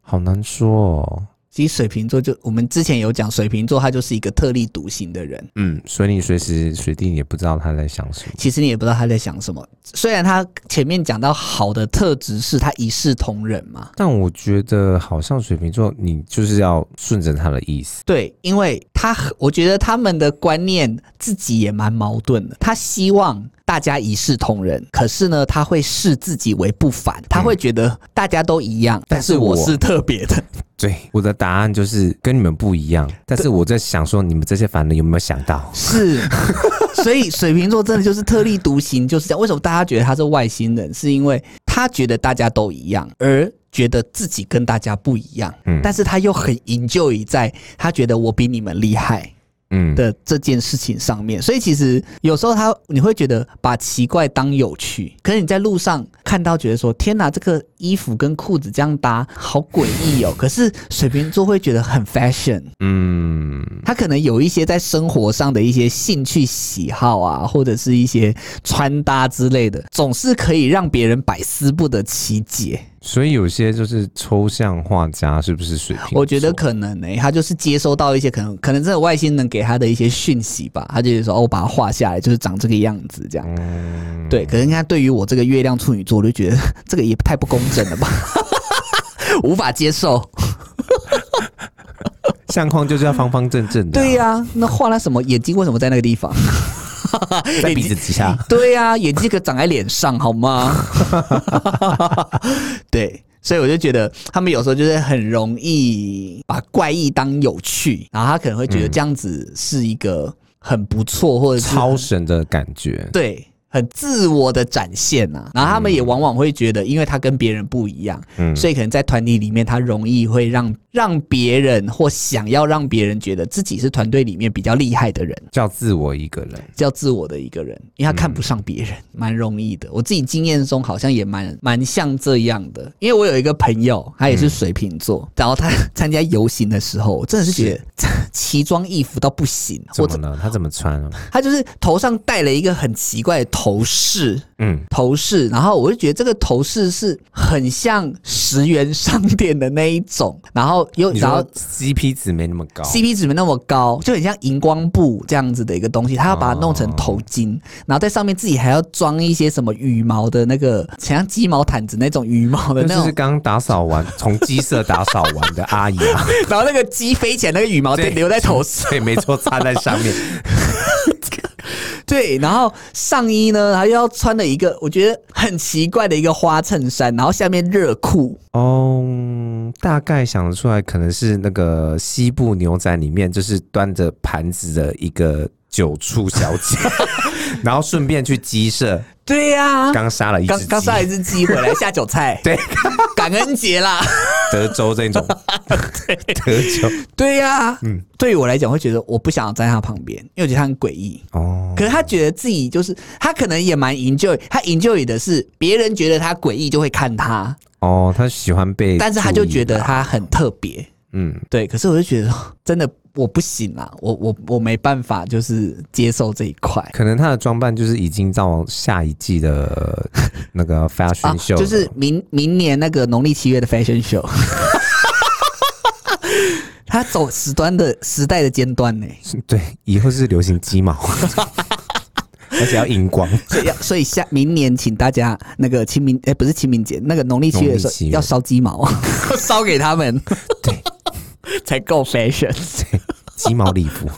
Speaker 1: 好难说哦，
Speaker 2: 其实水瓶座就我们之前有讲，水瓶座他就是一个特立独行的人。
Speaker 1: 嗯，所以你随时随地也不知道他在想什么，
Speaker 2: 其实你也不知道他在想什么。虽然他前面讲到好的特质是他一视同仁嘛，
Speaker 1: 但我觉得好像水瓶座，你就是要顺着他的意思，
Speaker 2: 对，因为他很我觉得他们的观念自己也蛮矛盾的。他希望大家一视同仁，可是呢，他会视自己为不凡，他会觉得大家都一样，嗯但
Speaker 1: 但是
Speaker 2: 是我
Speaker 1: 我
Speaker 2: 是特别的。
Speaker 1: 对，我的答案就是跟你们不一样，但是我在想说，你们这些凡人有没有想到？
Speaker 2: 是， [LAUGHS] 所以水瓶座真的就是特立独行，就是这样。为什么大家觉得他是外星人？是因为他觉得大家都一样，而觉得自己跟大家不一样。
Speaker 1: 嗯
Speaker 2: 但是他又很营救于在他觉得我比你们厉害。
Speaker 1: 嗯，
Speaker 2: 的这件事情上面，所以其实有时候他你会觉得把奇怪当有趣，可是你在路上看到觉得说天哪，这个衣服跟裤子这样搭好诡异哦。可是水瓶座会觉得很 fashion，
Speaker 1: 嗯，
Speaker 2: 他可能有一些在生活上的一些兴趣喜好啊，或者是一些穿搭之类的，总是可以让别人百思不得其解。
Speaker 1: 所以有些就是抽象画家是不是水平？
Speaker 2: 我觉得可能呢、他就是接收到一些可能可能真的外星人给他的一些讯息吧，他就觉得说哦，我把它画下来就是长这个样子这样。
Speaker 1: 嗯，
Speaker 2: 对，可是你看，对于我这个月亮处女座，我就觉得 [LAUGHS] 这个也太不公正了吧， [LAUGHS] 无法接受。
Speaker 1: 相框就是要方方正正的、啊
Speaker 2: 对、呀、那画了什么眼睛为什么在那个地方？ [LAUGHS]
Speaker 1: 在鼻子底下。
Speaker 2: 对呀、眼睛可长在脸上好吗？ [LAUGHS] 对。所以我就觉得他们有时候就是很容易把怪异当有趣，然后他可能会觉得这样子是一个很不错或者
Speaker 1: 嗯
Speaker 2: 是
Speaker 1: 超神的感觉，
Speaker 2: 对，很自我的展现啊。然后他们也往往会觉得，因为他跟别人不一样，
Speaker 1: 嗯
Speaker 2: 所以可能在团体里面，他容易会让让别人或想要让别人觉得自己是团队里面比较厉害的人，
Speaker 1: 叫自我一个人。
Speaker 2: 叫自我的一个人，因为他看
Speaker 1: 嗯
Speaker 2: 不上别人，蛮容易的。我自己经验中好像也蛮蛮像这样的，因为我有一个朋友，他
Speaker 1: 嗯
Speaker 2: 也是水瓶座，然后他 [LAUGHS] 参加游行的时候，我真的是觉得 [LAUGHS] 奇装异服到不行，
Speaker 1: 怎
Speaker 2: 我
Speaker 1: 么
Speaker 2: 这
Speaker 1: 呢？他怎么穿啊？
Speaker 2: 他就是头上戴了一个很奇怪的头饰，
Speaker 1: 嗯，
Speaker 2: 头饰，然后我就觉得这个头饰是很像十元商店的那一种，然后又
Speaker 1: 你
Speaker 2: 然后
Speaker 1: 说哦 CP 值没那么高，
Speaker 2: CP 值没那么高，就很像荧光布这样子的一个东西，他要把它弄成头巾，然后在上面自己还要装一些什么羽毛的那个，很像鸡毛毯子那种羽毛的
Speaker 1: 那
Speaker 2: 那
Speaker 1: [LAUGHS] 就是
Speaker 2: 种，
Speaker 1: 刚打扫完，从鸡舍打扫完的阿姨 [LAUGHS] 啊，
Speaker 2: 然后那个鸡飞起来，那个羽毛
Speaker 1: 对
Speaker 2: 得留在
Speaker 1: [LAUGHS]
Speaker 2: 头上。
Speaker 1: 对，没错，插在上 [LAUGHS] 面，
Speaker 2: 对，然后上衣呢，他又要穿了一个我觉得很奇怪的一个花衬衫，然后下面热裤，
Speaker 1: 哦、大概想得出来，可能是那个西部牛仔里面，就是端着盘子的一个酒醋小 [LAUGHS] 姐，然后顺便去鸡舍，
Speaker 2: 对呀、
Speaker 1: 啊刚杀了一只
Speaker 2: 刚
Speaker 1: 鸡，
Speaker 2: 刚杀了一只鸡回来下酒
Speaker 1: [LAUGHS]
Speaker 2: 菜，
Speaker 1: 对，
Speaker 2: [LAUGHS] 感恩节啦，
Speaker 1: 德州这 [LAUGHS] 种，德州，
Speaker 2: 对呀、嗯，对于我来讲会觉得我不想站在他旁边，因为我觉得他很诡异。
Speaker 1: 哦，
Speaker 2: 可是他觉得自己就是他，可能也蛮 enjoy，他 enjoy 的是别人觉得他诡异就会看他，
Speaker 1: 哦，他喜欢被，
Speaker 2: 但是他就觉得，他很特别，
Speaker 1: 嗯，
Speaker 2: 对。可是我就觉得真的我不行啦，我我我没办法，就是接受这一块。
Speaker 1: 可能他的装扮就是已经到下一季
Speaker 2: [LAUGHS]
Speaker 1: 的那个
Speaker 2: 啊
Speaker 1: fashion show，、了
Speaker 2: 就是明明年那个农历七月的
Speaker 1: [LAUGHS]
Speaker 2: fashion show，他走时端的时代的尖端呢、
Speaker 1: 对，以后是流行鸡
Speaker 2: [LAUGHS]
Speaker 1: 毛，而且要荧光。 [LAUGHS]
Speaker 2: 所以 [LAUGHS] 要所以下明年请大家那个清明哎、不是清明节那个农历七月的时
Speaker 1: 农历七
Speaker 2: 候
Speaker 1: 月
Speaker 2: 要烧鸡毛， [LAUGHS] 烧给他们，对， [LAUGHS] 才够 fashion。
Speaker 1: 鸡毛礼
Speaker 2: [LAUGHS]
Speaker 1: 服，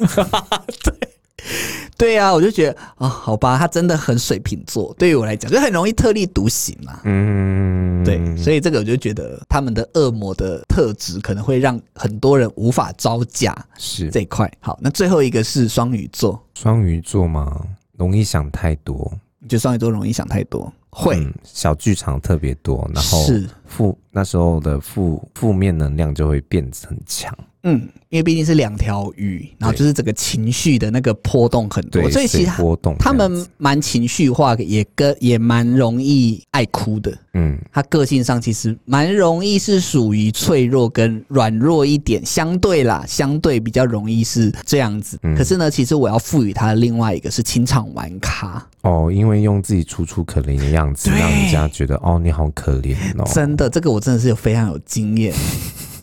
Speaker 2: 对啊，我就觉得啊、好吧，他真的很水瓶座，对于我来讲就很容易特立独行嘛。
Speaker 1: 嗯，
Speaker 2: 对，所以这个我就觉得他们的恶魔的特质可能会让很多人无法招架。
Speaker 1: 是
Speaker 2: 这一块。好，那最后一个是双鱼座，
Speaker 1: 双鱼座嘛，容易想太多，
Speaker 2: 你觉得双鱼座容易想太多，会、
Speaker 1: 嗯小剧场特别多，然后
Speaker 2: 是
Speaker 1: 负那时候的负负面能量就会变得很强，
Speaker 2: 嗯，因为毕竟是两条鱼，然后就是整个情绪的那个波动很多，
Speaker 1: 对，
Speaker 2: 所以其实
Speaker 1: 随波动
Speaker 2: 他
Speaker 1: 这样
Speaker 2: 们
Speaker 1: 子，
Speaker 2: 蛮情绪化，也跟也蛮容易爱哭的。
Speaker 1: 嗯，
Speaker 2: 他个性上其实蛮容易是属于脆弱跟软弱一点，相对啦，相对比较容易是这样子。
Speaker 1: 嗯
Speaker 2: 可是呢，其实我要赋予他另外一个是情场玩咖，
Speaker 1: 哦，因为用自己楚楚可怜的样子，
Speaker 2: 对
Speaker 1: 让人家觉得哦，你好可怜哦，
Speaker 2: 真的，这个我真的是有非常有
Speaker 1: [LAUGHS]
Speaker 2: 经验。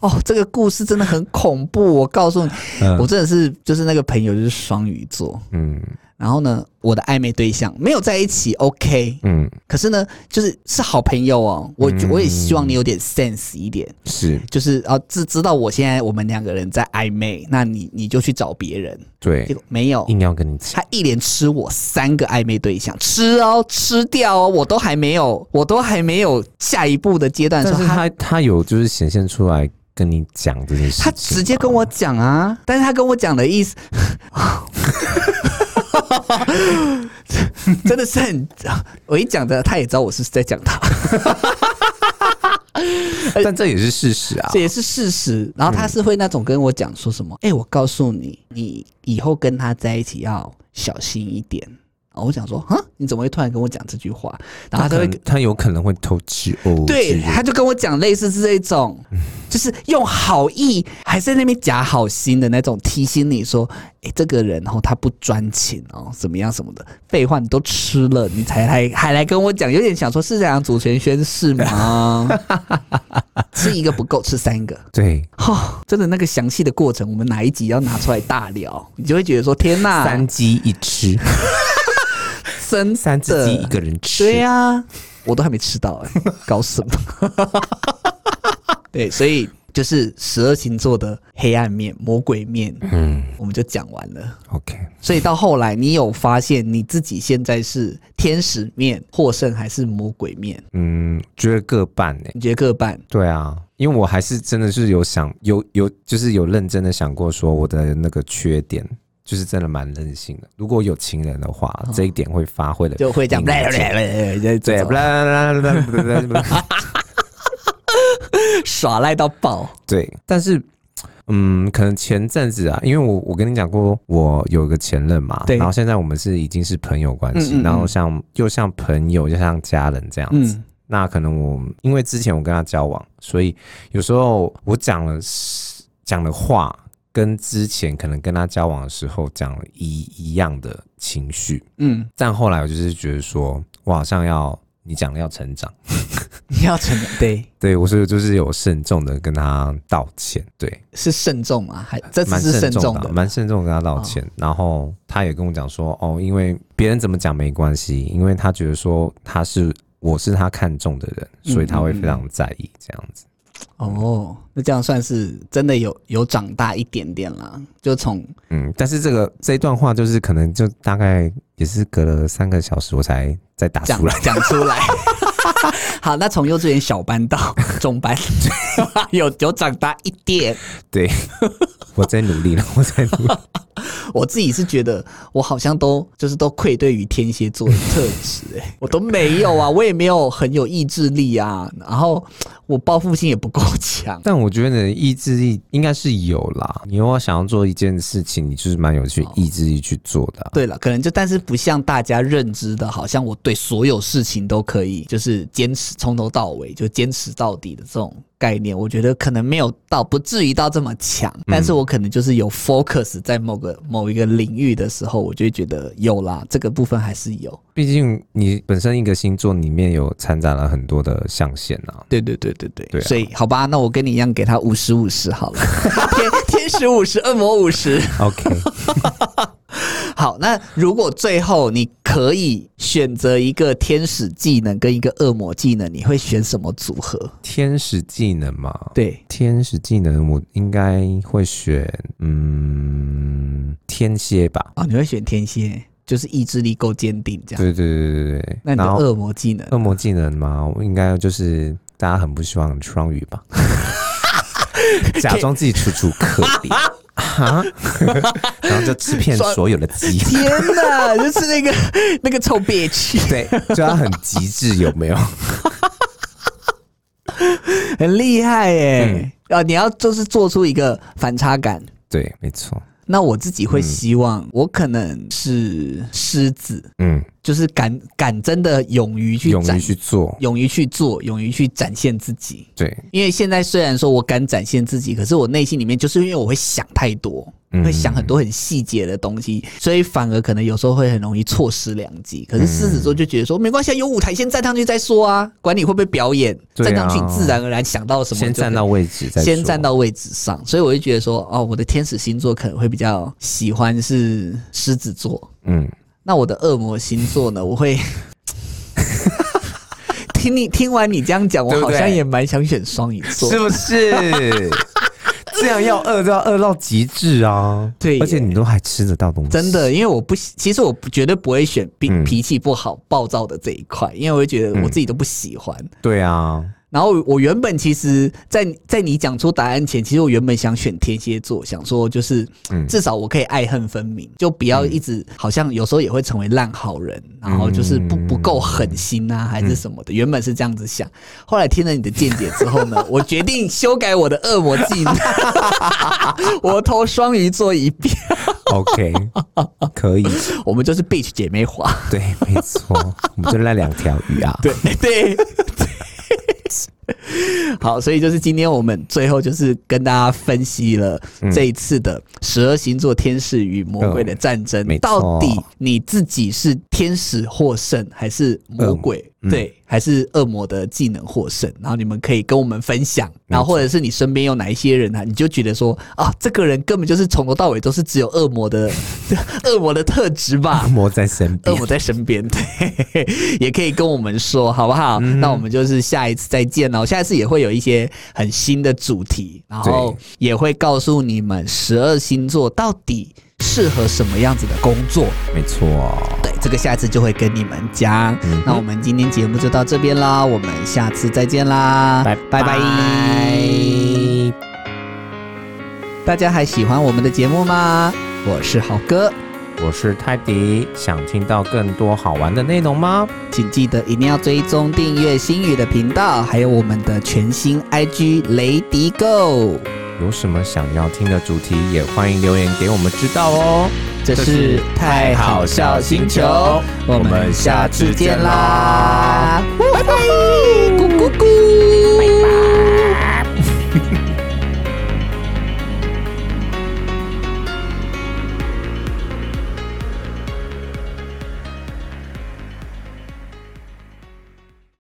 Speaker 2: 哦，这个故事真的很恐怖，我告诉你，
Speaker 1: 嗯
Speaker 2: 我真的是就是那个朋友就是双鱼座，
Speaker 1: 嗯
Speaker 2: 然后呢，我的暧昧对象没有在一起，OK，
Speaker 1: 嗯，
Speaker 2: 可是呢，就是是好朋友哦，我、
Speaker 1: 嗯
Speaker 2: 我也希望你有点 sense 一点，
Speaker 1: 是
Speaker 2: 就是啊知知道我现在我们两个人在暧昧，那你你就去找别人，
Speaker 1: 对
Speaker 2: 结，果没有，
Speaker 1: 硬要跟哎你讲，
Speaker 2: 他一连吃我三个暧昧对象，吃哦吃掉哦，我都还没有，我都还没有下一步的阶段的
Speaker 1: 但
Speaker 2: 时
Speaker 1: 是
Speaker 2: 候，他
Speaker 1: 他他有就是显现出来跟你讲这件事情吗，
Speaker 2: 他直接跟我讲啊，但是他跟我讲的意思， [LAUGHS] 真的是很，我一讲的他也知道我是在讲他，
Speaker 1: [LAUGHS] 但这也是事实啊
Speaker 2: 这。也是事实。然后他是会那种跟我讲说什么，哎、我告诉你，你以后跟他在一起要小心一点。哦我想说，啊，你怎么会突然跟我讲这句话？然后
Speaker 1: 他可
Speaker 2: 他就会
Speaker 1: 能嗯他有可能会偷吃哦，
Speaker 2: 呃对，
Speaker 1: 之类的
Speaker 2: 他就跟我讲类似是这
Speaker 1: [LAUGHS]
Speaker 2: 种，就是用好意还在那边假好心的那种提醒你说，哎、这个人哦，他不专情哦，怎么样什么的，废话你都吃了，你才来还来跟我讲，有点想说是想主权宣
Speaker 1: [LAUGHS]
Speaker 2: 誓吗？吃一个不够，吃三个。 [LAUGHS]
Speaker 1: 对
Speaker 2: 哦，真的那个详细的过程，我们哪一集要拿出来大聊，你就会觉得说天呐，
Speaker 1: 三鸡一
Speaker 2: [LAUGHS]
Speaker 1: 吃，
Speaker 2: 真的
Speaker 1: 三只鸡一个人吃，
Speaker 2: 对呀、我都还没吃到、欸， [LAUGHS] 搞什么？ [LAUGHS] 对，所以就是十二星座的黑暗面、魔鬼面，
Speaker 1: 嗯
Speaker 2: 我们就讲完了。
Speaker 1: ，OK，
Speaker 2: 所以到后来，你有发现你自己现在是天使面获胜还是魔鬼面？
Speaker 1: 嗯，觉得各半呢。
Speaker 2: 你觉得各半？
Speaker 1: 对啊，因为我还是真的是有想有有，就是有认真的想过说我的那个缺点，就是真的蛮任性的。如果有情人的话，
Speaker 2: 哦
Speaker 1: 这一点会发挥的
Speaker 2: 就会 [LAUGHS] 讲 blah blah blah blah，
Speaker 1: 嗯对，
Speaker 2: 这
Speaker 1: 不
Speaker 2: 种
Speaker 1: 啦啦啦啦啦，
Speaker 2: 耍赖到爆。
Speaker 1: 对。但是，嗯，可能前阵子啊，因为我我跟你讲过，我有个前任嘛，
Speaker 2: 对
Speaker 1: 然后现在我们是已经是朋友关系，
Speaker 2: 嗯嗯嗯
Speaker 1: 然后像又像朋友，又像家人这样子。
Speaker 2: 嗯，
Speaker 1: 那可能我因为之前我跟他交往，所以有时候我讲了讲的话，跟之前可能跟他交往的时候讲了一一样的情绪，
Speaker 2: 嗯，
Speaker 1: 但后来我就是觉得说，我好像要你讲的要成长，
Speaker 2: 你要
Speaker 1: [LAUGHS]
Speaker 2: 承认，对，
Speaker 1: 对我所以就是有慎重的跟他道歉，对，
Speaker 2: 是慎重嘛？还这次
Speaker 1: 蛮
Speaker 2: 是
Speaker 1: 呃慎
Speaker 2: 慎重
Speaker 1: 重的，哦
Speaker 2: 的，
Speaker 1: 蛮慎重地跟他道歉。然后他也跟我讲说，哦，因为别人怎么讲没关系，因为他觉得说他是我是他看中的人，所以他会非常在意这样子。
Speaker 2: 哦，那这样算是真的有有长大一点点啦，就从
Speaker 1: 嗯，但是这个这一段话就是可能就大概也是隔了三个小时我才再打
Speaker 2: 讲
Speaker 1: 出来，
Speaker 2: 讲出来。 [LAUGHS] 好，那从幼稚园小班到中班， [LAUGHS] 有有长大一点。
Speaker 1: 对 [LAUGHS] 我在努力了，我在努 [LAUGHS] 力。
Speaker 2: 我自己是觉得，我好像都就是都愧对于天蝎座的特质、哎， [LAUGHS] 我都没有啊，我也没有很有意志力啊，然后我报复心也不够强。
Speaker 1: 但我觉得你的意志力应该是有啦，你如果想要做一件事情，你就是蛮有去意志力去做的啊、
Speaker 2: 对了，可能就但是不像大家认知的，好像我对所有事情都可以就是坚持从头到尾，就坚持到底的这种概念，我觉得可能没有到不至于到这么强，但是我可能就是有 focus 在某个某一个领域的时候，我就会觉得有啦，这个部分还是有。
Speaker 1: 毕竟你本身一个星座里面有掺杂了很多的象限啊。
Speaker 2: 对对对对对，
Speaker 1: 对啊
Speaker 2: 所以好吧，那我跟你一样给他五十五十 [LAUGHS] 好了，天天使五十，恶魔五十。
Speaker 1: OK，
Speaker 2: 好，那如果最后你可以选择一个天使技能跟一个恶魔技能，你会选什么组合？
Speaker 1: [LAUGHS] 天使技能嘛，
Speaker 2: 对，
Speaker 1: 天使技能我应该会选，嗯，天蝎吧。
Speaker 2: 哦，你会选天蝎，就是意志力够坚定这样。
Speaker 1: 对对对对对对。
Speaker 2: 那
Speaker 1: 然
Speaker 2: 你的
Speaker 1: 后
Speaker 2: 恶魔技能，
Speaker 1: 恶魔技能嘛，我应该就是大家很不希望双语
Speaker 2: [LAUGHS]
Speaker 1: 吧，假装自己楚楚可
Speaker 2: [LAUGHS]
Speaker 1: 怜
Speaker 2: 啊
Speaker 1: 哈，然后就欺骗所有的鸡，
Speaker 2: 天哪， [LAUGHS] 就是那个那个臭 bitch，
Speaker 1: 对，就要很极致，有没有？
Speaker 2: [LAUGHS] 很厉害耶！啊，你要就是做出一个反差感。
Speaker 1: 对，没错，
Speaker 2: 那我自己会希望，我可能是狮子，
Speaker 1: 嗯，
Speaker 2: 就是敢敢真的勇于去
Speaker 1: 勇
Speaker 2: 展
Speaker 1: 于，去做，
Speaker 2: 勇于去做，勇于去展现自己。
Speaker 1: 对，
Speaker 2: 因为现在虽然说我敢展现自己，可是我内心里面就是因为我会想太多，
Speaker 1: 嗯
Speaker 2: 会想很多很细节的东西，所以反而可能有时候会很容易错失良机。可
Speaker 1: 嗯
Speaker 2: 是狮子座就觉得说、没关系啊，有舞台先站上去再说啊，管你会不会表演，
Speaker 1: 对啊
Speaker 2: 站上去你自然而然想到什么
Speaker 1: 先
Speaker 2: 就可以
Speaker 1: 站到位置再说
Speaker 2: 先站，到位置上，所以我就觉得说哦，我的天使星座可能会比较喜欢是狮子座，
Speaker 1: 嗯，
Speaker 2: 那我的恶魔星座呢，我
Speaker 1: [LAUGHS]
Speaker 2: 会。听你听完你这样讲，我
Speaker 1: 对不
Speaker 2: 好
Speaker 1: 对
Speaker 2: 像也蛮想选双鱼座的，
Speaker 1: 是不
Speaker 2: [LAUGHS]
Speaker 1: 是？这样要饿就要饿到极致啊！
Speaker 2: 对耶
Speaker 1: 而且你都还吃得到东西，
Speaker 2: 真的，因为我不喜，其实我不绝对不会选脾
Speaker 1: 嗯
Speaker 2: 脾气不好、暴躁的这一块，因为我会觉得我自己都不喜欢。
Speaker 1: 对啊，
Speaker 2: 然后我原本其实在，在你讲出答案前，其实我原本想选天蝎座，想说就是
Speaker 1: 嗯
Speaker 2: 至少我可以爱恨分明，就不要一直好像有时候也会成为烂好人，
Speaker 1: 嗯
Speaker 2: 然后就是不不够狠心啊，还是什么的。原本是这样子想，后来听了你的见解之
Speaker 1: [LAUGHS]
Speaker 2: 后呢，我决 [LAUGHS] 定修改我的恶魔技能，我投双鱼座一遍。 [LAUGHS]
Speaker 1: OK，可以，
Speaker 2: 我们就是 beach 姐妹花，
Speaker 1: 对，没错，我们就那两条鱼啊。
Speaker 2: 对 [LAUGHS] 对。对好，所以就是今天我们最后就是跟大家分析了
Speaker 1: 嗯
Speaker 2: 这一次的十二星座天使与魔鬼的战争，
Speaker 1: 嗯没错
Speaker 2: 到底你自己是天使获胜还是魔鬼？
Speaker 1: 嗯
Speaker 2: 对，还是恶魔的技能获胜？然后你们可以跟我们分享，然后或者是你身边有哪一些人啊，你就觉得说啊，这个人根本就是从头到尾都是只有恶魔的 [LAUGHS] 恶魔的特质吧？
Speaker 1: 魔在身
Speaker 2: 恶
Speaker 1: 边，
Speaker 2: 呃魔在身边，对， [LAUGHS] 也可以跟我们说，好不好？
Speaker 1: 嗯
Speaker 2: 那我们就是下一次再见喽。下一次也会有一些很新的主题，然后
Speaker 1: 对
Speaker 2: 也会告诉你们十二星座到底适合什么样子的工作。
Speaker 1: 没错。
Speaker 2: 对，这个下次就会跟你们讲。
Speaker 1: 嗯哼
Speaker 2: 那我们今天节目就到这边啦，我们下次再见啦，
Speaker 1: 拜拜拜。
Speaker 2: 大家还喜欢我们的节目吗？我是豪哥，
Speaker 1: 我是泰迪，想听到更多好玩的内容吗？
Speaker 2: 请记得一定要追踪订阅星宇的频道，还有我们的全新 IG 雷迪 Go。
Speaker 1: 有什么想要听的主题，也欢迎留言给我们知道哦。
Speaker 2: 这是太好笑星球，我们下次见啦，拜拜。